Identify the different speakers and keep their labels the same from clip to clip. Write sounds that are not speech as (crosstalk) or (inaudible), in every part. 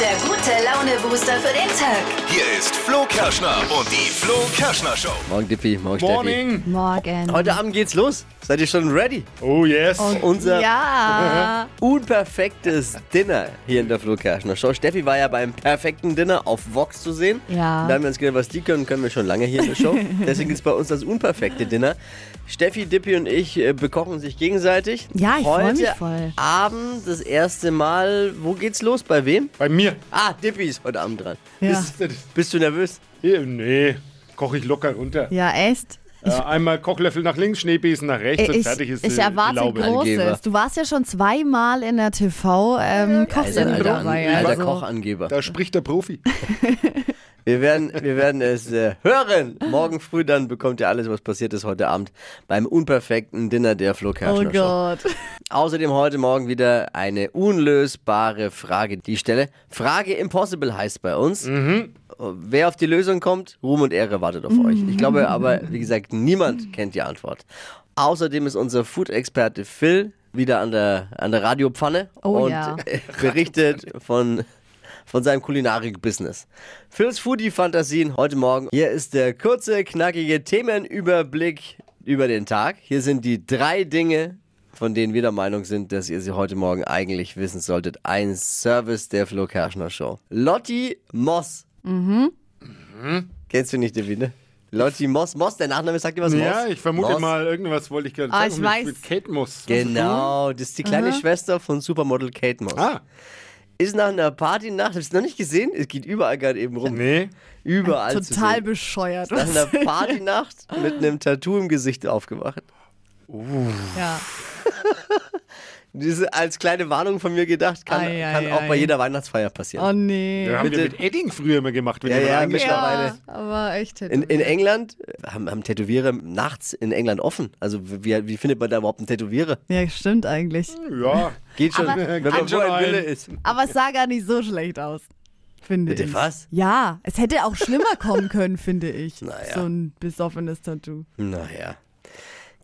Speaker 1: der gute Laune-Booster für den Tag.
Speaker 2: Hier ist Flo Kerschner und die Flo Kerschner Show.
Speaker 3: Morgen Dippi, morgen Steffi.
Speaker 4: Morning.
Speaker 5: Morgen.
Speaker 3: Heute Abend geht's los. Seid ihr schon ready?
Speaker 4: Oh yes.
Speaker 3: Unser
Speaker 5: ja.
Speaker 3: (laughs) unperfektes Dinner hier in der Flo Kerschner Show. Steffi war ja beim perfekten Dinner auf Vox zu sehen.
Speaker 5: Ja.
Speaker 3: Da haben wir uns gedacht, was die können, können wir schon lange hier in
Speaker 5: (laughs)
Speaker 3: der Show. Deswegen gibt's bei uns das unperfekte Dinner. Steffi, Dippi und ich äh, bekochen sich gegenseitig.
Speaker 5: Ja, ich freu
Speaker 3: Heute
Speaker 5: mich voll.
Speaker 3: Abend das erste Mal. Wo geht's los? Bei wem?
Speaker 4: Bei mir.
Speaker 3: Ah, Dippi ist heute Abend dran.
Speaker 5: Ja.
Speaker 3: Bist, bist du nervös?
Speaker 4: Eh, Nee, koche ich locker runter.
Speaker 5: ja, echt?
Speaker 4: Äh, einmal Kochlöffel nach links, Schneebesen nach rechts und
Speaker 5: ich,
Speaker 4: Also fertig ist
Speaker 5: ich
Speaker 4: die, die
Speaker 5: erwarte
Speaker 4: Laube.
Speaker 5: Großes.
Speaker 3: Angeber.
Speaker 5: Du warst ja schon zweimal in der ähm, TV-Kochsendung
Speaker 3: alter, An-
Speaker 5: dabei.
Speaker 3: alter
Speaker 5: also.
Speaker 3: Kochangeber.
Speaker 4: Da spricht der Profi.
Speaker 3: Wir werden, wir werden es äh, hören. Morgen früh dann bekommt ihr alles, was passiert ist heute Abend beim unperfekten Dinner der Flo
Speaker 5: Oh
Speaker 3: Kerschner Show.
Speaker 5: Gott.
Speaker 3: Außerdem heute Morgen wieder eine unlösbare Frage, die ich stelle. Frage Impossible heißt bei uns. Wer auf die Lösung kommt, Ruhm und Ehre wartet auf euch. Ich glaube aber, wie gesagt, niemand kennt die Antwort. Außerdem ist unser Food-Experte Phil wieder an der, an der Radiopfanne
Speaker 5: Oh
Speaker 3: und
Speaker 5: ja.
Speaker 3: (laughs) berichtet von, von seinem Kulinarik-Business. Phil's Foodie-Fantasien heute Morgen. Hier ist der kurze, knackige Themenüberblick über den Tag. Hier sind die drei Dinge, von denen wir der Meinung sind, dass ihr sie heute Morgen eigentlich wissen solltet. Ein Service der Flo Kerschner Show. Lotti Moss. Mhm. Kennst du nicht, Devine? Lotti Moss. Moss, der Nachname sagt dir was
Speaker 4: Ja,
Speaker 3: Moss?
Speaker 4: ich vermute
Speaker 3: Moss.
Speaker 4: mal, irgendwas wollte ich gerade
Speaker 5: Ah,
Speaker 4: sagen.
Speaker 5: ich
Speaker 4: mit,
Speaker 5: weiß.
Speaker 4: mit Kate Moss.
Speaker 3: Genau, das ist die kleine Schwester von Supermodel Kate Moss.
Speaker 4: Ah,
Speaker 3: Ist nach einer Partynacht, hast du noch nicht gesehen? Es geht überall gerade eben rum.
Speaker 4: nee.
Speaker 3: Überall zu
Speaker 5: Total
Speaker 3: sehen.
Speaker 5: bescheuert.
Speaker 3: Nach einer Partynacht mit einem Tattoo im Gesicht aufgewacht. (laughs)
Speaker 5: ja.
Speaker 3: Diese als kleine Warnung von mir gedacht, kann,
Speaker 5: Ei, ei,
Speaker 3: kann auch bei
Speaker 5: ei.
Speaker 3: jeder Weihnachtsfeier passieren.
Speaker 5: Oh nee.
Speaker 4: Wir haben wir
Speaker 3: Bitte.
Speaker 4: mit Edding früher immer gemacht, wenn
Speaker 3: Ja,
Speaker 4: jemand
Speaker 3: ja,
Speaker 4: eingeschlafen
Speaker 3: genau.
Speaker 4: hat.
Speaker 3: mittlerweile.
Speaker 5: aber echt.
Speaker 3: In, in England äh, haben, haben Tätowierer nachts in England offen. Also wie, wie findet man da überhaupt einen Tätowierer?
Speaker 5: ja, stimmt eigentlich.
Speaker 4: Ja.
Speaker 3: Geht schon,
Speaker 5: Aber-
Speaker 3: wenn
Speaker 4: Geht
Speaker 3: man
Speaker 4: schon
Speaker 3: wo ein
Speaker 4: ein.
Speaker 3: Wille ist.
Speaker 5: Aber es sah gar nicht so schlecht aus. Finde
Speaker 3: Bitte
Speaker 5: ich.
Speaker 3: was?
Speaker 5: Ja, es hätte auch schlimmer kommen können, finde
Speaker 3: (laughs)
Speaker 5: ich.
Speaker 3: Naja.
Speaker 5: So ein besoffenes Tattoo.
Speaker 3: Naja,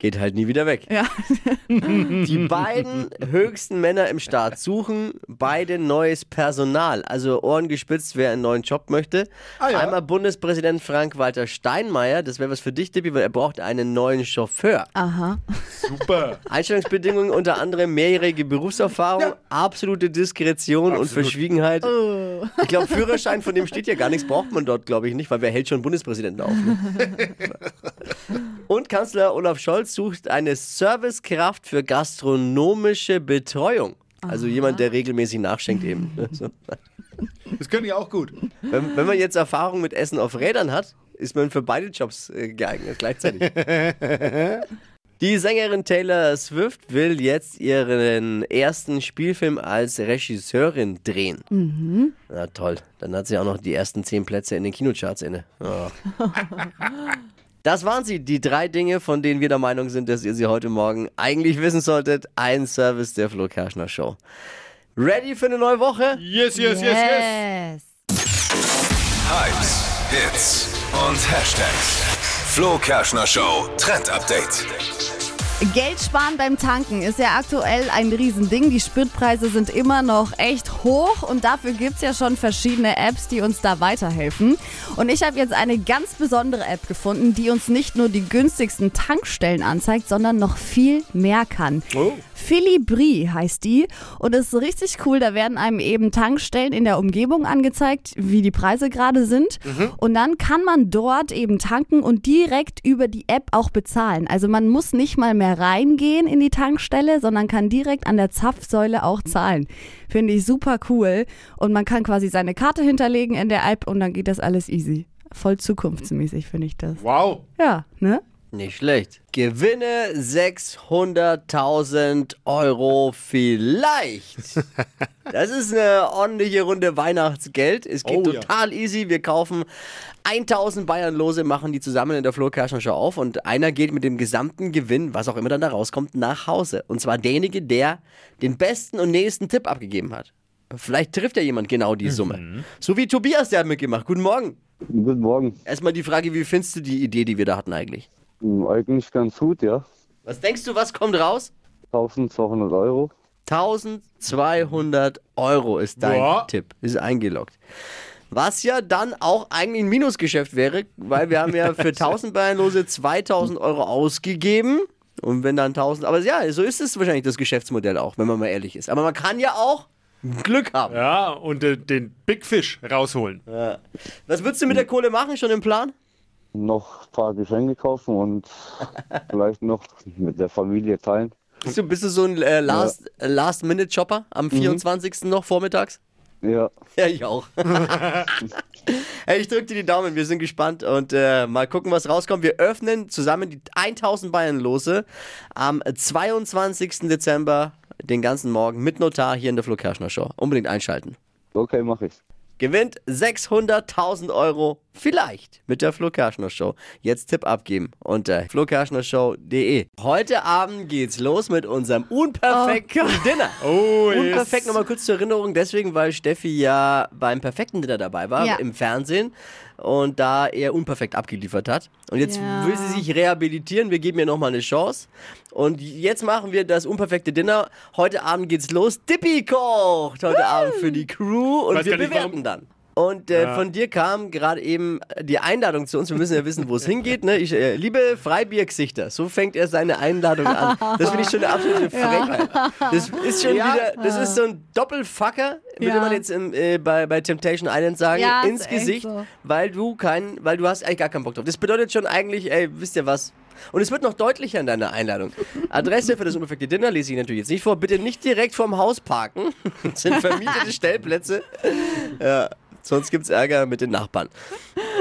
Speaker 3: geht halt nie wieder weg.
Speaker 5: Ja.
Speaker 3: (laughs) Die beiden höchsten Männer im Staat suchen beide neues Personal. Also Ohren gespitzt, wer einen neuen Job möchte.
Speaker 4: Ah, ja.
Speaker 3: Einmal Bundespräsident Frank-Walter Steinmeier, das wäre was für dich, Dippi, weil er braucht einen neuen Chauffeur.
Speaker 5: Aha.
Speaker 4: Super.
Speaker 3: Einstellungsbedingungen unter anderem mehrjährige Berufserfahrung, absolute Diskretion und
Speaker 4: Absolut.
Speaker 3: Verschwiegenheit. Ich glaube, Führerschein, von dem steht ja gar nichts, braucht man dort, glaube ich, nicht, weil wer hält schon Bundespräsidenten auf? Ne? und Kanzler Olaf Scholz sucht eine Servicekraft für gastronomische Betreuung. Also jemand, der regelmäßig nachschenkt eben. (laughs) ne, So.
Speaker 4: (laughs) Das könnte ich auch gut.
Speaker 3: Wenn, wenn man jetzt Erfahrung mit Essen auf Rädern hat, ist man für beide Jobs äh, geeignet gleichzeitig. Die Sängerin Taylor Swift will jetzt ihren ersten Spielfilm als Regisseurin drehen. Na toll, dann hat sie auch noch die ersten zehn Plätze in den Kinocharts inne. Oh. Das waren sie, die drei Dinge, von denen wir der Meinung sind, dass ihr sie heute Morgen eigentlich wissen solltet. Ein Service der Flo Kerschner Show. Ready für eine neue Woche?
Speaker 4: Yes, yes, yes, yes.
Speaker 2: Hypes, Hits und Hashtags. Flo Kerschner Show Trend Update.
Speaker 5: Geld sparen beim Tanken ist ja aktuell ein Riesending. Die Spritpreise sind immer noch echt hoch und dafür gibt es ja schon verschiedene Apps, die uns da weiterhelfen. Und ich habe jetzt eine ganz besondere App gefunden, die uns nicht nur die günstigsten Tankstellen anzeigt, sondern noch viel mehr kann.
Speaker 4: Oh.
Speaker 5: Philly Brie heißt die und ist richtig cool. Da werden einem eben Tankstellen in der Umgebung angezeigt, wie die Preise gerade sind. Und dann kann man dort eben tanken und direkt über die App auch bezahlen. Also man muss nicht mal mehr reingehen in die Tankstelle, sondern kann direkt an der Zapfsäule auch zahlen. Finde ich super cool. Und man kann quasi seine Karte hinterlegen in der App und dann geht das alles easy. Voll zukunftsmäßig finde ich das.
Speaker 4: Wow.
Speaker 5: Ja, ne?
Speaker 3: Nicht schlecht. Gewinne 600.000 Euro
Speaker 4: (laughs)
Speaker 3: vielleicht. Das ist eine ordentliche Runde Weihnachtsgeld. Es geht
Speaker 4: Oh ja.
Speaker 3: total easy. Wir kaufen 1000 Bayern-Lose, machen die zusammen in der Flo Kerschner Show auf und einer geht mit dem gesamten Gewinn, was auch immer dann da rauskommt, nach Hause. Und zwar derjenige, der den besten und nächsten Tipp abgegeben hat. Vielleicht trifft ja jemand genau die Summe.
Speaker 4: Mhm.
Speaker 3: So wie Tobias, der hat mitgemacht. Guten Morgen.
Speaker 6: Guten Morgen.
Speaker 3: Erstmal die Frage, wie findest du die Idee, die wir da hatten eigentlich?
Speaker 6: Eigentlich ganz gut, ja.
Speaker 3: Was denkst du, was kommt raus?
Speaker 6: 1200 Euro.
Speaker 3: 1200 Euro ist dein
Speaker 4: Boah.
Speaker 3: Tipp. Ist eingeloggt. Was ja dann auch eigentlich ein Minusgeschäft wäre, weil wir haben ja für 1000 Bayernlose 2000 Euro ausgegeben. Und wenn dann 1000, aber ja, so ist es wahrscheinlich das Geschäftsmodell auch, wenn man mal ehrlich ist. Aber man kann ja auch Glück haben.
Speaker 4: Ja, und äh, den Big Fish rausholen.
Speaker 3: Was würdest du mit der Kohle machen? Schon im Plan?
Speaker 6: noch ein paar Geschenke kaufen und vielleicht noch mit der Familie teilen.
Speaker 3: Bist du, bist du so ein äh, Last- äh, Last-Minute-Shopper am 24. noch vormittags?
Speaker 6: Ja,
Speaker 3: (laughs) Ja, ich auch. hey, ich drücke dir die Daumen, wir sind gespannt und äh, mal gucken, was rauskommt. Wir öffnen zusammen die 1000 Bayern-Lose am 22. Dezember, den ganzen Morgen, mit Notar hier in der Flo Kerschner Show. Unbedingt einschalten.
Speaker 6: okay, mache ich.
Speaker 3: Gewinnt 600.000 Euro vielleicht mit der Flo Kerschner Show. Jetzt Tipp abgeben äh, unter flokerschnershow.de. E. Heute Abend geht's los mit unserem unperfekten Dinner.
Speaker 4: Oh, yes.
Speaker 3: Unperfekt, nochmal kurz zur Erinnerung, deswegen, weil Steffi ja beim perfekten Dinner dabei war,
Speaker 5: Ja.
Speaker 3: im Fernsehen, und da er unperfekt abgeliefert hat. Und jetzt
Speaker 5: Ja.
Speaker 3: will sie sich rehabilitieren, wir geben ihr nochmal eine Chance. Und jetzt machen wir das unperfekte Dinner. Heute Abend geht's los. Dippy kocht heute Abend für die Crew und
Speaker 4: Weiß
Speaker 3: wir
Speaker 4: gar nicht,
Speaker 3: bewerten
Speaker 4: warum-
Speaker 3: dann. Und äh, von dir kam gerade eben die Einladung zu uns. Wir müssen ja wissen, wo es hingeht. Ne? Ich, äh, liebe Freibiergesichter, so fängt er seine Einladung an. Das finde ich schon eine absolute Frechheit. Das ist schon wieder, das ist so ein Doppelfucker, würde
Speaker 5: Ja.
Speaker 3: man jetzt im, äh, bei, bei Temptation Island sagen,
Speaker 5: Ja,
Speaker 3: ins
Speaker 5: ist echt
Speaker 3: Gesicht,
Speaker 5: so.
Speaker 3: weil du keinen, weil du hast eigentlich gar keinen Bock drauf. Das bedeutet schon eigentlich, ey, wisst ihr was? Und es wird noch deutlicher in deiner Einladung. Adresse für das unperfekte Dinner lese ich natürlich jetzt nicht vor. Bitte nicht direkt vorm Haus parken. (laughs) Das sind vermietete Stellplätze. Ja, sonst gibt's Ärger mit den Nachbarn.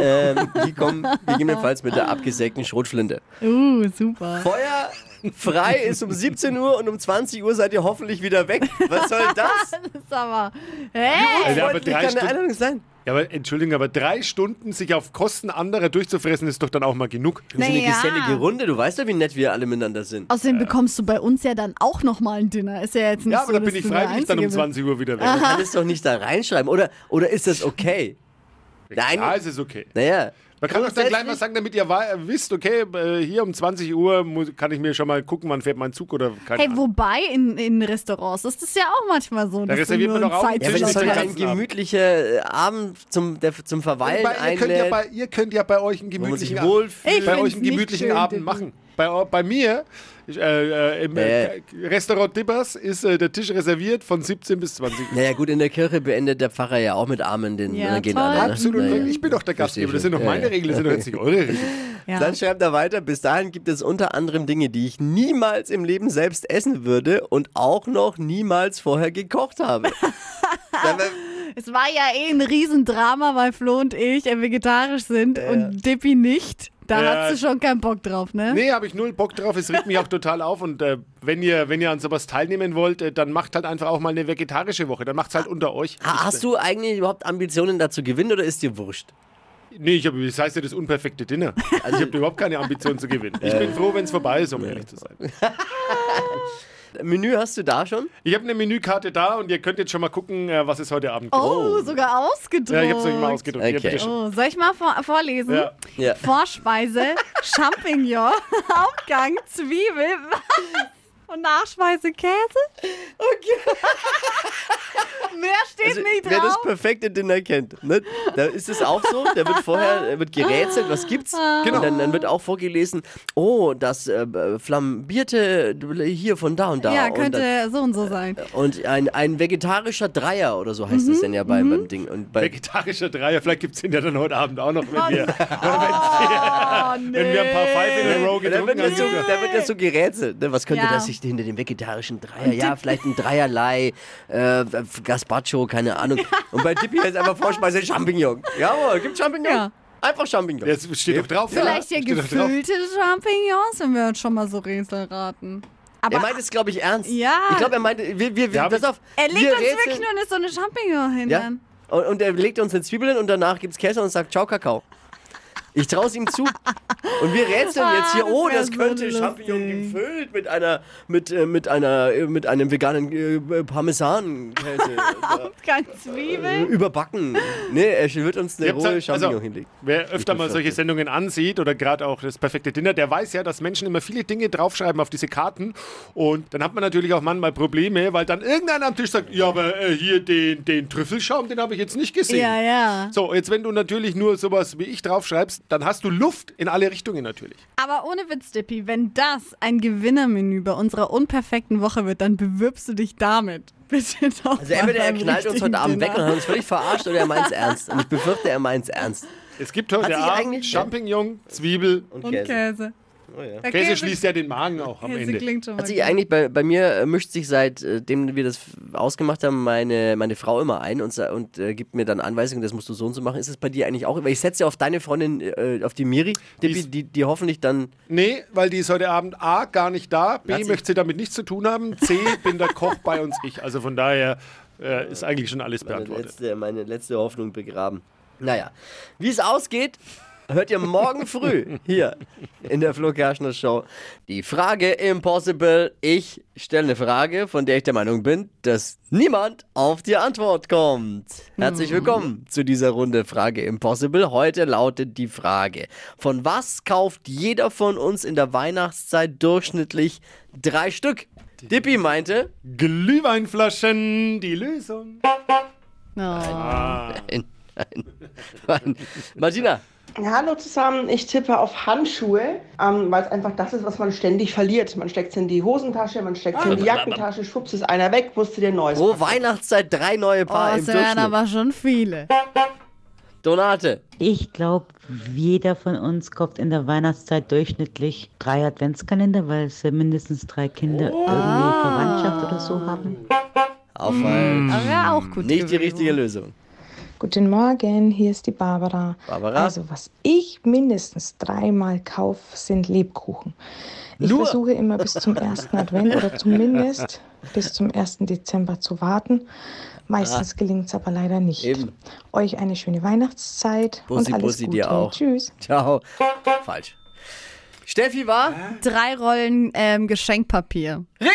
Speaker 3: Ähm, die kommen gegebenenfalls mit der abgesägten Schrotflinte.
Speaker 5: Uh, super.
Speaker 3: Feuer frei ist um 17 Uhr und um 20 Uhr seid ihr hoffentlich wieder weg. Was soll das?
Speaker 5: Das ist aber. Hä?
Speaker 4: Alter, aber
Speaker 3: Freundlich
Speaker 4: drei
Speaker 3: kann eine
Speaker 4: Stunden,
Speaker 3: Einladung sein.
Speaker 4: ja, aber Entschuldigung, aber drei Stunden sich auf Kosten anderer durchzufressen, ist doch dann auch mal genug.
Speaker 3: Das ist eine
Speaker 5: Naja.
Speaker 3: gesellige Runde. Du weißt doch, wie nett wir alle miteinander sind.
Speaker 5: Außerdem bekommst du bei uns ja dann auch nochmal ein Dinner. Ist ja jetzt nicht
Speaker 4: Äh. Ja,
Speaker 5: so,
Speaker 4: aber dann
Speaker 5: dass
Speaker 4: bin ich
Speaker 5: du der
Speaker 4: freiwillig dann um
Speaker 5: Einzige bist.
Speaker 4: 20 Uhr wieder weg.
Speaker 3: Du kannst doch nicht da reinschreiben. Oder, oder ist das okay? Nein.
Speaker 4: Ja, also es ist okay.
Speaker 3: Naja.
Speaker 4: Man kann doch dann gleich mal
Speaker 3: grundsätzlich-
Speaker 4: sagen, damit ihr wa- wisst, okay, äh, hier um 20 Uhr muss, kann ich mir schon mal gucken, wann fährt mein Zug oder keine
Speaker 5: Hey,
Speaker 4: Ahnung.
Speaker 5: wobei in, in Restaurants ist das ja auch manchmal so.
Speaker 4: Da
Speaker 5: dass du
Speaker 4: reserviert
Speaker 5: nur
Speaker 4: man doch auch
Speaker 5: einen
Speaker 4: einen
Speaker 3: Ja, aber das
Speaker 5: Zeitslot
Speaker 4: Tisch
Speaker 3: soll
Speaker 4: den
Speaker 3: ja
Speaker 5: hast.
Speaker 3: halt ein
Speaker 4: ganzen Abend.
Speaker 3: gemütlicher äh, Abend zum, der, zum Verweilen
Speaker 4: Wobei, ihr, könnt ja
Speaker 3: einlädt,
Speaker 4: bei, ihr könnt ja bei euch einen
Speaker 3: wo man sich
Speaker 4: gemütlichen Abend,
Speaker 3: wohlfühlt.
Speaker 5: Ich
Speaker 4: bei euch
Speaker 5: find's
Speaker 4: einen
Speaker 5: nicht
Speaker 4: gemütlichen
Speaker 5: schön,
Speaker 4: Abend
Speaker 5: Dippi.
Speaker 4: machen. Bei, bei mir ich, äh, äh, im
Speaker 3: Äh.
Speaker 4: äh. Restaurant Dippers ist äh, der Tisch reserviert von 17 bis 20 Uhr.
Speaker 3: Naja, gut, in der Kirche beendet der Pfarrer ja auch mit Amen den.
Speaker 5: Ja,
Speaker 3: dann gehen
Speaker 5: toll.
Speaker 3: alle, ne?
Speaker 4: Absolut,
Speaker 3: Naja.
Speaker 4: ich bin doch der
Speaker 3: Verstehe
Speaker 4: Gastgeber. Das sind
Speaker 3: schon.
Speaker 4: doch
Speaker 3: Ja,
Speaker 4: meine
Speaker 3: ja.
Speaker 4: Regeln, das sind doch jetzt nicht eure Regeln.
Speaker 5: Ja.
Speaker 3: Dann schreibt er weiter, bis dahin gibt es unter anderem Dinge, die ich niemals im Leben selbst essen würde und auch noch niemals vorher gekocht
Speaker 4: (laughs)
Speaker 3: habe. Dabei-
Speaker 5: Es war ja eh ein Riesendrama, weil Flo und ich äh, vegetarisch sind und Dippi nicht. Da
Speaker 4: Ja.
Speaker 5: hast du schon keinen Bock drauf, ne?
Speaker 4: Nee, habe ich null Bock drauf. Es regt mich auch total auf. Und äh, wenn, ihr, wenn ihr an sowas teilnehmen wollt, äh, dann macht halt einfach auch mal eine vegetarische Woche. Dann macht's halt unter euch.
Speaker 3: Ha- Hast du eigentlich überhaupt Ambitionen dazu gewinnen oder ist dir wurscht?
Speaker 4: Nee, ich hab, das heißt ja das unperfekte Dinner. Also ich habe überhaupt keine Ambition zu gewinnen. Ich bin froh, wenn es vorbei ist, um ehrlich zu sein.
Speaker 3: Menü hast du da schon?
Speaker 4: Ich habe eine Menükarte da und ihr könnt jetzt schon mal gucken, äh, was es heute Abend gibt.
Speaker 5: Oh, sogar ausgedruckt.
Speaker 4: Ja, ich habe es euch mal ausgedruckt. Hier,
Speaker 3: Okay.
Speaker 4: bitteschön.
Speaker 5: Oh, soll ich mal vor vorlesen?
Speaker 4: Ja.
Speaker 3: Ja.
Speaker 4: (laughs)
Speaker 5: Vorspeise, Champignon, Hauptgang, Zwiebel, was? Und Nachspeise, Käse? Okay. (laughs) Mehr steht
Speaker 4: Also,
Speaker 5: nicht
Speaker 3: Also, wer das
Speaker 5: drauf.
Speaker 3: perfekte Dinner kennt, ne? da ist es auch so, da wird
Speaker 5: (laughs)
Speaker 3: vorher äh, wird gerätselt, was gibt's?
Speaker 5: Ah.
Speaker 4: Genau.
Speaker 3: Und dann, dann wird auch vorgelesen, oh, das äh, flambierte hier von da und da.
Speaker 5: ja,
Speaker 3: und dann,
Speaker 5: könnte so und so sein.
Speaker 3: und ein, ein vegetarischer Dreier oder so heißt
Speaker 5: Mhm.
Speaker 3: es denn ja beim, beim Ding. Und bei,
Speaker 4: Vegetarischer Dreier, vielleicht gibt es den ja dann heute Abend auch noch, (laughs) wenn wir,
Speaker 5: Oh,
Speaker 4: (laughs) wenn wir ein paar Five in a Row
Speaker 3: Und dann wird
Speaker 4: getrunken
Speaker 3: das so,
Speaker 4: haben.
Speaker 3: dann wird das so gerätselt. Ne? Was könnte
Speaker 5: Ja.
Speaker 3: das sich hinter dem vegetarischen Dreier? Ja, vielleicht ein Dreierlei, äh, Gazpacho, keine
Speaker 5: (laughs)
Speaker 3: Ahnung. Und bei Dippy heißt einfach Vorspeise Champignon. Jawohl, gibt Champignon.
Speaker 5: Ja.
Speaker 3: Einfach Champignon.
Speaker 4: Jetzt steht doch drauf.
Speaker 5: Vielleicht ja
Speaker 4: steht doch drauf.
Speaker 5: gefüllte Champignons, wenn wir uns schon mal so Rätsel raten. Aber
Speaker 3: er meint es, glaube ich, ernst.
Speaker 5: Ja.
Speaker 3: Ich glaube, er meinte, wir, wir, wir
Speaker 4: Ja,
Speaker 3: pass auf.
Speaker 5: er legt
Speaker 3: wir
Speaker 5: uns
Speaker 3: rätseln-
Speaker 5: wirklich nur eine so eine Champignon hin.
Speaker 3: ja?
Speaker 5: dann.
Speaker 3: und, und er legt uns eine Zwiebel hin und danach gibt es Käse und sagt Ciao, Kakao. Ich traue es ihm zu. Und wir rätseln jetzt hier,
Speaker 5: Ah, das
Speaker 3: oh,
Speaker 5: wär
Speaker 3: das
Speaker 5: so
Speaker 3: könnte
Speaker 5: lustig.
Speaker 3: Champignon gefüllt mit einer, mit, äh, mit einer, äh, mit einem veganen
Speaker 5: (laughs)
Speaker 3: äh, Parmesan-Käse
Speaker 5: Keine Zwiebeln.
Speaker 3: äh, überbacken. Nee, er wird uns eine
Speaker 4: Ihr habt's
Speaker 3: rohe
Speaker 4: halt-
Speaker 3: Champignon
Speaker 4: also,
Speaker 3: hinlegen.
Speaker 4: Wer öfter mal
Speaker 3: bin
Speaker 4: solche Sendungen ansieht oder gerade auch das perfekte Dinner, der weiß ja, dass Menschen immer viele Dinge draufschreiben auf diese Karten. Und dann hat man natürlich auch manchmal Probleme, weil dann irgendeiner am Tisch sagt, ja, aber äh, hier den, den Trüffelschaum, den habe ich jetzt nicht gesehen.
Speaker 5: Ja, ja.
Speaker 4: So, jetzt wenn du natürlich nur sowas wie ich draufschreibst, dann hast du Luft in alle Richtungen natürlich.
Speaker 5: Aber ohne Witz, Dippi, wenn das ein Gewinnermenü bei unserer unperfekten Woche wird, dann bewirbst du dich damit. (laughs) Bitte doch.
Speaker 3: Also entweder
Speaker 5: mal
Speaker 3: er
Speaker 5: beim
Speaker 3: knallt uns
Speaker 5: richtigen
Speaker 3: heute Abend weg
Speaker 5: Dinner.
Speaker 3: und hat uns völlig verarscht oder er meint es ernst. Und ich befürchte, er meint es ernst.
Speaker 4: Es gibt
Speaker 3: Hat
Speaker 4: heute
Speaker 3: sich
Speaker 4: Abend
Speaker 3: eigentlich-
Speaker 4: Champignon, Zwiebel.
Speaker 3: Und,
Speaker 5: Und
Speaker 3: Käse.
Speaker 5: Käse.
Speaker 3: Oh, ja.
Speaker 5: Der
Speaker 4: Käse schließt ja den Magen auch am
Speaker 5: Käse
Speaker 4: Ende.
Speaker 5: klingt schon mal
Speaker 3: Hat sich
Speaker 5: gut.
Speaker 3: eigentlich bei, bei mir äh, mischt sich seitdem wir das f- ausgemacht haben meine, meine Frau immer ein und, sa- und äh, gibt mir dann Anweisungen, das musst du so und so machen. Ist es bei dir eigentlich auch? Weil ich setze auf deine Freundin, äh, auf die Miri, die, die,
Speaker 4: ist-
Speaker 3: die, hoffentlich dann.
Speaker 4: Nee, weil die ist heute Abend A, gar nicht da, B,
Speaker 3: Hat sie-
Speaker 4: möchte sie damit nichts zu tun haben, C, bin der Koch bei uns ich. (laughs) Also von daher äh, ist eigentlich schon alles
Speaker 3: Meine
Speaker 4: beantwortet.
Speaker 3: letzte, meine letzte Hoffnung begraben. Naja, wie es ausgeht, hört ihr morgen früh hier in der Flo Kerschner Show. Die Frage Impossible. Ich stelle eine Frage, von der ich der Meinung bin, dass niemand auf die Antwort kommt. Herzlich willkommen zu dieser Runde Frage Impossible. Heute lautet die Frage, von was kauft jeder von uns in der Weihnachtszeit durchschnittlich drei Stück? Dippi meinte, (laughs)
Speaker 4: Glühweinflaschen, die Lösung.
Speaker 5: Oh.
Speaker 4: Ah,
Speaker 3: nein, nein. Martina,
Speaker 7: Hallo zusammen, ich tippe auf Handschuhe, ähm, weil es einfach das ist, was man ständig verliert. Man steckt es in die Hosentasche, man steckt es
Speaker 8: Ah.
Speaker 7: in die Jackentasche, schwupps ist einer weg, musst du dir ein neues.
Speaker 8: Oh,
Speaker 3: Pro Weihnachtszeit drei neue Paar
Speaker 5: Oh,
Speaker 3: im
Speaker 5: es wären
Speaker 3: Durchschnitt.
Speaker 5: aber schon viele.
Speaker 3: Donate.
Speaker 9: Ich glaube, jeder von uns kauft in der Weihnachtszeit durchschnittlich drei Adventskalender, weil es ja mindestens drei Kinder irgendwie Verwandtschaft oder so haben.
Speaker 3: Auffallend.
Speaker 5: Aber
Speaker 4: Hm.
Speaker 5: wäre auch Mm. gut.
Speaker 3: Nicht die
Speaker 5: gewesen.
Speaker 3: richtige Lösung.
Speaker 10: Guten Morgen, hier ist die Barbara.
Speaker 3: Barbara?
Speaker 10: Also, was ich mindestens dreimal kaufe, sind Lebkuchen. Ich
Speaker 3: Nur?
Speaker 10: versuche immer bis zum ersten Advent oder
Speaker 3: (laughs)
Speaker 10: zumindest bis zum 1. Dezember zu warten. Meistens gelingt es aber leider nicht.
Speaker 3: Ah. Eben.
Speaker 10: Euch eine schöne Weihnachtszeit
Speaker 3: Bussi,
Speaker 10: und alles
Speaker 3: Bussi
Speaker 10: Gute.
Speaker 3: dir auch.
Speaker 10: Tschüss.
Speaker 3: Ciao. Falsch. Steffi war?
Speaker 5: Drei Rollen ähm, Geschenkpapier.
Speaker 3: Nee,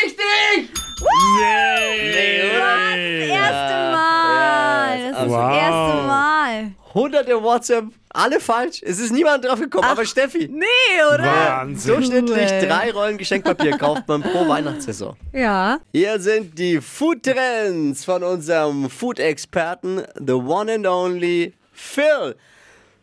Speaker 3: oder?
Speaker 5: Erste Mal.
Speaker 3: ja, also
Speaker 5: das ist
Speaker 4: wow.
Speaker 5: das erste Mal.
Speaker 3: Hunderte WhatsApp, alle falsch. Es ist niemand drauf gekommen, aber Steffi.
Speaker 5: Nee, oder?
Speaker 4: Wahnsinn.
Speaker 3: Durchschnittlich
Speaker 5: Cool.
Speaker 3: drei Rollen Geschenkpapier kauft man pro Weihnachtssaison.
Speaker 5: Ja.
Speaker 3: Hier sind die Food Trends von unserem Food Experten, the one and only Phil.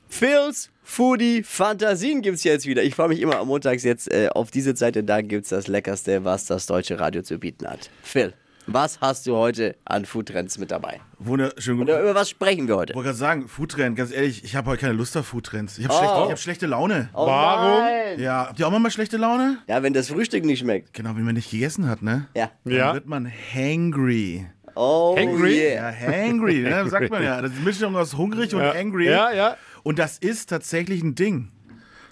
Speaker 3: Phil's Foodie Fantasien gibt's jetzt wieder. Ich freue mich immer am Montags jetzt äh, auf diese Zeit, denn da gibt's das Leckerste, was das deutsche Radio zu bieten hat. Phil, was hast du heute an Food Trends mit dabei?
Speaker 11: Wunderschönen guten
Speaker 3: Oder über was sprechen wir heute?
Speaker 11: Ich wollte gerade sagen, Foodtrend, ganz ehrlich, ich habe heute keine Lust auf Foodtrends. Ich habe schlechte, ich hab schlechte Laune.
Speaker 3: Oh
Speaker 4: Warum?
Speaker 3: nein.
Speaker 11: Ja, habt ihr auch mal schlechte Laune?
Speaker 3: Ja, wenn das Frühstück nicht schmeckt.
Speaker 11: Genau, wenn man nicht gegessen hat, ne?
Speaker 3: Ja.
Speaker 11: Dann
Speaker 4: Ja.
Speaker 11: wird man hangry.
Speaker 3: Oh
Speaker 4: Hangry?
Speaker 3: yeah.
Speaker 11: Ja, hangry, ne? sagt man
Speaker 4: (laughs)
Speaker 11: ja. Das ist eine Mischung aus hungrig und
Speaker 4: Ja.
Speaker 11: angry.
Speaker 4: Ja, ja.
Speaker 11: Und das ist tatsächlich ein Ding.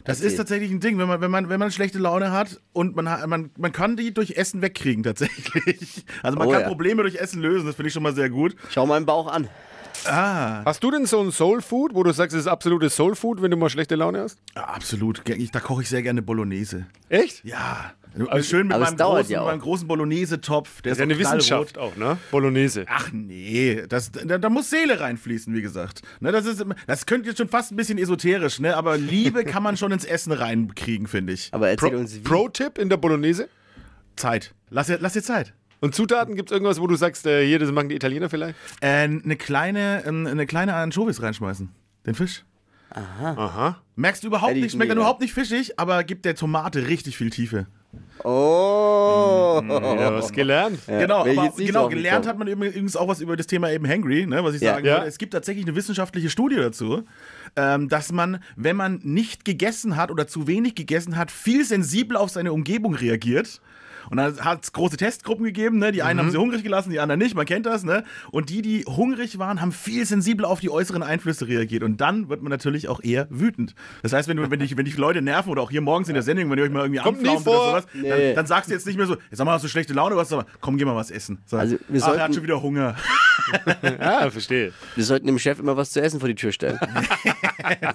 Speaker 11: Das
Speaker 3: Erzähl.
Speaker 11: ist tatsächlich ein Ding, wenn man, wenn man, wenn man schlechte Laune hat und man, ha- man, man kann die durch Essen wegkriegen tatsächlich. Also man
Speaker 3: Oh,
Speaker 11: kann
Speaker 3: ja.
Speaker 11: Probleme durch Essen lösen, das finde ich schon mal sehr gut.
Speaker 3: Schau meinen Bauch an.
Speaker 4: Hast du denn so ein Soul Food, wo du sagst, es ist absolutes Soul Food, wenn du mal schlechte Laune hast?
Speaker 11: Ja, absolut, ich, da koche ich sehr gerne Bolognese.
Speaker 4: Echt?
Speaker 11: Ja, schön mit
Speaker 3: aber es
Speaker 11: meinem
Speaker 3: dauert
Speaker 11: großen,
Speaker 3: ja auch.
Speaker 11: meinem großen Bolognese-Topf. Der
Speaker 4: Das
Speaker 11: ist
Speaker 4: ist ja eine
Speaker 11: auch knallrot.
Speaker 4: Wissenschaft auch, ne? Bolognese.
Speaker 11: Ach nee, das, da, da muss Seele reinfließen, wie gesagt. Ne, das, ist, das könnte jetzt schon fast ein bisschen esoterisch, ne? aber Liebe kann man schon ins Essen
Speaker 3: (laughs)
Speaker 11: reinkriegen, finde ich.
Speaker 3: Aber erzähl
Speaker 4: Pro-
Speaker 3: uns, wie.
Speaker 4: Pro-Tipp in der Bolognese?
Speaker 11: Zeit. Lass dir, lass dir Zeit.
Speaker 4: Und Zutaten gibt es irgendwas, wo du sagst, äh, hier, das machen die Italiener vielleicht?
Speaker 11: Äh, eine kleine, ähm, eine kleine Anchovis reinschmeißen. Den Fisch.
Speaker 4: Aha.
Speaker 11: Merkst du überhaupt
Speaker 3: Hätte ich
Speaker 11: nicht, schmeckt
Speaker 3: nie
Speaker 11: dann
Speaker 3: gedacht.
Speaker 11: überhaupt nicht fischig, aber gibt der Tomate richtig viel Tiefe.
Speaker 3: Oh.
Speaker 4: Ja, was gelernt.
Speaker 11: genau,
Speaker 3: wär ich
Speaker 11: aber
Speaker 3: jetzt nicht
Speaker 11: genau
Speaker 3: drauf
Speaker 11: gelernt
Speaker 3: gekommen.
Speaker 11: hat man übrigens auch was über das Thema eben Hangry, ne, was ich
Speaker 3: Ja.
Speaker 11: sagen
Speaker 4: Ja.
Speaker 11: würde. Es gibt tatsächlich eine wissenschaftliche Studie dazu, ähm, dass man, wenn man nicht gegessen hat oder zu wenig gegessen hat, viel sensibler auf seine Umgebung reagiert. Und dann hat es große Testgruppen gegeben, ne? Die einen
Speaker 4: Mhm.
Speaker 11: haben sie hungrig gelassen, die anderen nicht, man kennt das, ne? Und die, die hungrig waren, haben viel sensibler auf die äußeren Einflüsse reagiert. Und dann wird man natürlich auch eher wütend. Das heißt, wenn, du, wenn, dich, wenn dich Leute nerven oder auch hier morgens in der Sendung, wenn ihr euch mal irgendwie
Speaker 4: Kommt nie
Speaker 11: anflaumt
Speaker 4: vor.
Speaker 11: oder sowas,
Speaker 3: Nee.
Speaker 11: dann, dann sagst du jetzt nicht mehr so, jetzt sag mal, hast du schlechte Laune, was aber komm, geh mal was essen. So,
Speaker 3: Also, wir
Speaker 11: Ach,
Speaker 3: sollten-
Speaker 11: er hat schon wieder Hunger.
Speaker 4: Ah, verstehe.
Speaker 11: (laughs)
Speaker 3: Wir sollten dem Chef immer was zu essen vor die Tür stellen.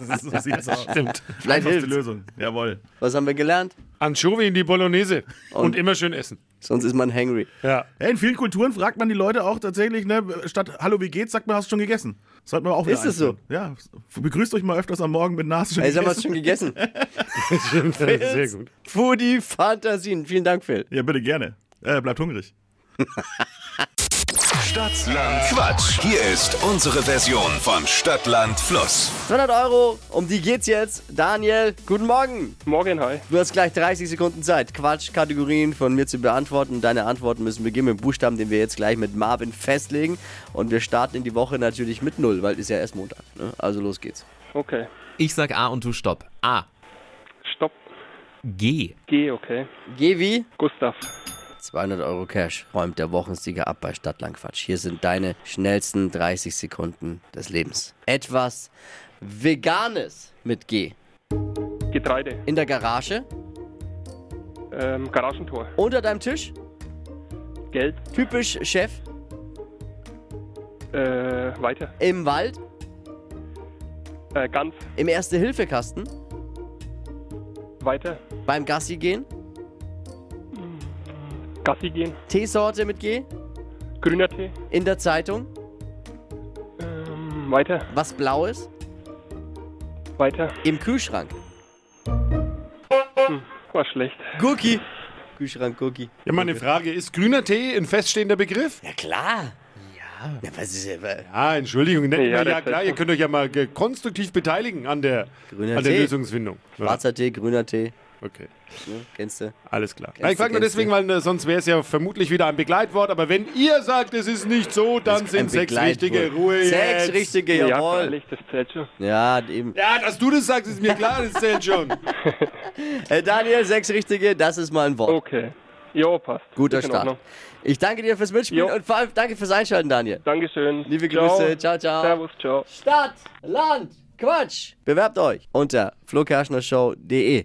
Speaker 11: so sieht's aus.
Speaker 4: (laughs) Stimmt.
Speaker 3: Vielleicht
Speaker 11: Einfachste
Speaker 3: hilft's.
Speaker 11: Lösung. Jawohl.
Speaker 3: Was haben wir gelernt?
Speaker 4: Anchovy in die Bolognese. Und, immer schön essen.
Speaker 3: Sonst ist man hangry.
Speaker 4: Ja.
Speaker 11: Ja, in vielen Kulturen fragt man die Leute auch tatsächlich, ne, statt Hallo, wie geht's, sagt man, hast du schon gegessen. Sollten wir auch wieder
Speaker 3: Ist es
Speaker 11: einführen. Ja, begrüßt euch mal öfters am Morgen mit Nas.
Speaker 3: Ey, haben wir es schon gegessen.
Speaker 4: Sehr gut.
Speaker 3: Foodie Fantasien. Vielen Dank, Phil.
Speaker 11: (laughs) Ja, bitte gerne. Äh, bleibt hungrig.
Speaker 2: Stadtland Quatsch. Hier ist unsere Version von Stadtland Fluss.
Speaker 3: 200 Euro, um die geht's jetzt. Daniel, guten Morgen.
Speaker 8: Morgen, hi.
Speaker 3: Du hast gleich 30 Sekunden Zeit, Quatschkategorien von mir zu beantworten. Deine Antworten müssen beginnen mit dem Buchstaben, den wir jetzt gleich mit Marvin festlegen. Und wir starten in die Woche natürlich mit Null, weil ist ja erst Montag. Ne? Also los geht's.
Speaker 8: Okay.
Speaker 12: Ich sag A und du stopp. A.
Speaker 8: Stopp.
Speaker 12: G.
Speaker 8: Geh, okay.
Speaker 3: Geh wie?
Speaker 8: Gustav.
Speaker 3: 200 Euro Cash räumt der Wochensieger ab bei Stadtlangquatsch. Hier sind deine schnellsten 30 Sekunden des Lebens. Etwas Veganes mit G.
Speaker 8: Getreide.
Speaker 3: In der Garage,
Speaker 8: Ähm, Garagentor.
Speaker 3: unter deinem Tisch,
Speaker 8: Geld.
Speaker 3: typisch Chef,
Speaker 8: Äh, weiter.
Speaker 3: im Wald,
Speaker 8: Äh, ganz.
Speaker 3: im Erste-Hilfe-Kasten,
Speaker 8: Weiter.
Speaker 3: beim Gassi gehen,
Speaker 8: Gassi gehen.
Speaker 3: Teesorte mit G,
Speaker 8: Grüner Tee.
Speaker 3: in der Zeitung,
Speaker 8: Ähm, weiter.
Speaker 3: was Blaues,
Speaker 8: Weiter.
Speaker 3: im Kühlschrank.
Speaker 8: War Oh, schlecht.
Speaker 3: Gurki. Kühlschrank Gurki.
Speaker 4: Ja, meine Frage ist, grüner Tee ein feststehender Begriff?
Speaker 3: Ja, klar. Ja. ja was ist, äh, ja-
Speaker 4: Ah, Entschuldigung. Nennt
Speaker 8: Ja,
Speaker 4: man ja
Speaker 8: das-
Speaker 4: klar, ihr könnt euch ja mal ge- konstruktiv beteiligen an der,
Speaker 3: Grüner
Speaker 4: an der
Speaker 3: Tee.
Speaker 4: Lösungsfindung. Ja,
Speaker 3: Schwarzer Tee, grüner Tee.
Speaker 4: okay.
Speaker 3: Ne? Kennst du?
Speaker 4: Alles klar.
Speaker 3: Kennst
Speaker 4: ich frage
Speaker 3: du,
Speaker 4: nur
Speaker 3: kennst
Speaker 4: deswegen, weil äh, sonst wäre es ja vermutlich wieder ein Begleitwort. Aber wenn ihr sagt, es ist nicht so, dann
Speaker 3: Ein
Speaker 4: sind sechs
Speaker 3: Begleitwort.
Speaker 4: richtige Ruhe.
Speaker 3: Sechs
Speaker 4: jetzt.
Speaker 3: richtige,
Speaker 8: ja,
Speaker 3: jawohl.
Speaker 8: freilich, das zählt schon.
Speaker 3: Ja, eben.
Speaker 4: Ja, dass du das sagst, ist mir klar, das zählt schon.
Speaker 3: Äh, Daniel, sechs richtige, das ist mal ein Wort.
Speaker 8: Okay. Jo, passt.
Speaker 3: Guter
Speaker 8: Ist in
Speaker 3: Start.
Speaker 8: Ordnung.
Speaker 3: Ich danke dir fürs Mitspielen
Speaker 8: Jo.
Speaker 3: und vor allem danke fürs Einschalten, Daniel.
Speaker 8: Dankeschön.
Speaker 3: Liebe Grüße, ciao, ciao.
Speaker 8: Servus, ciao.
Speaker 3: Stadt, Land, Quatsch. Bewerbt euch unter flokerschnershow.de.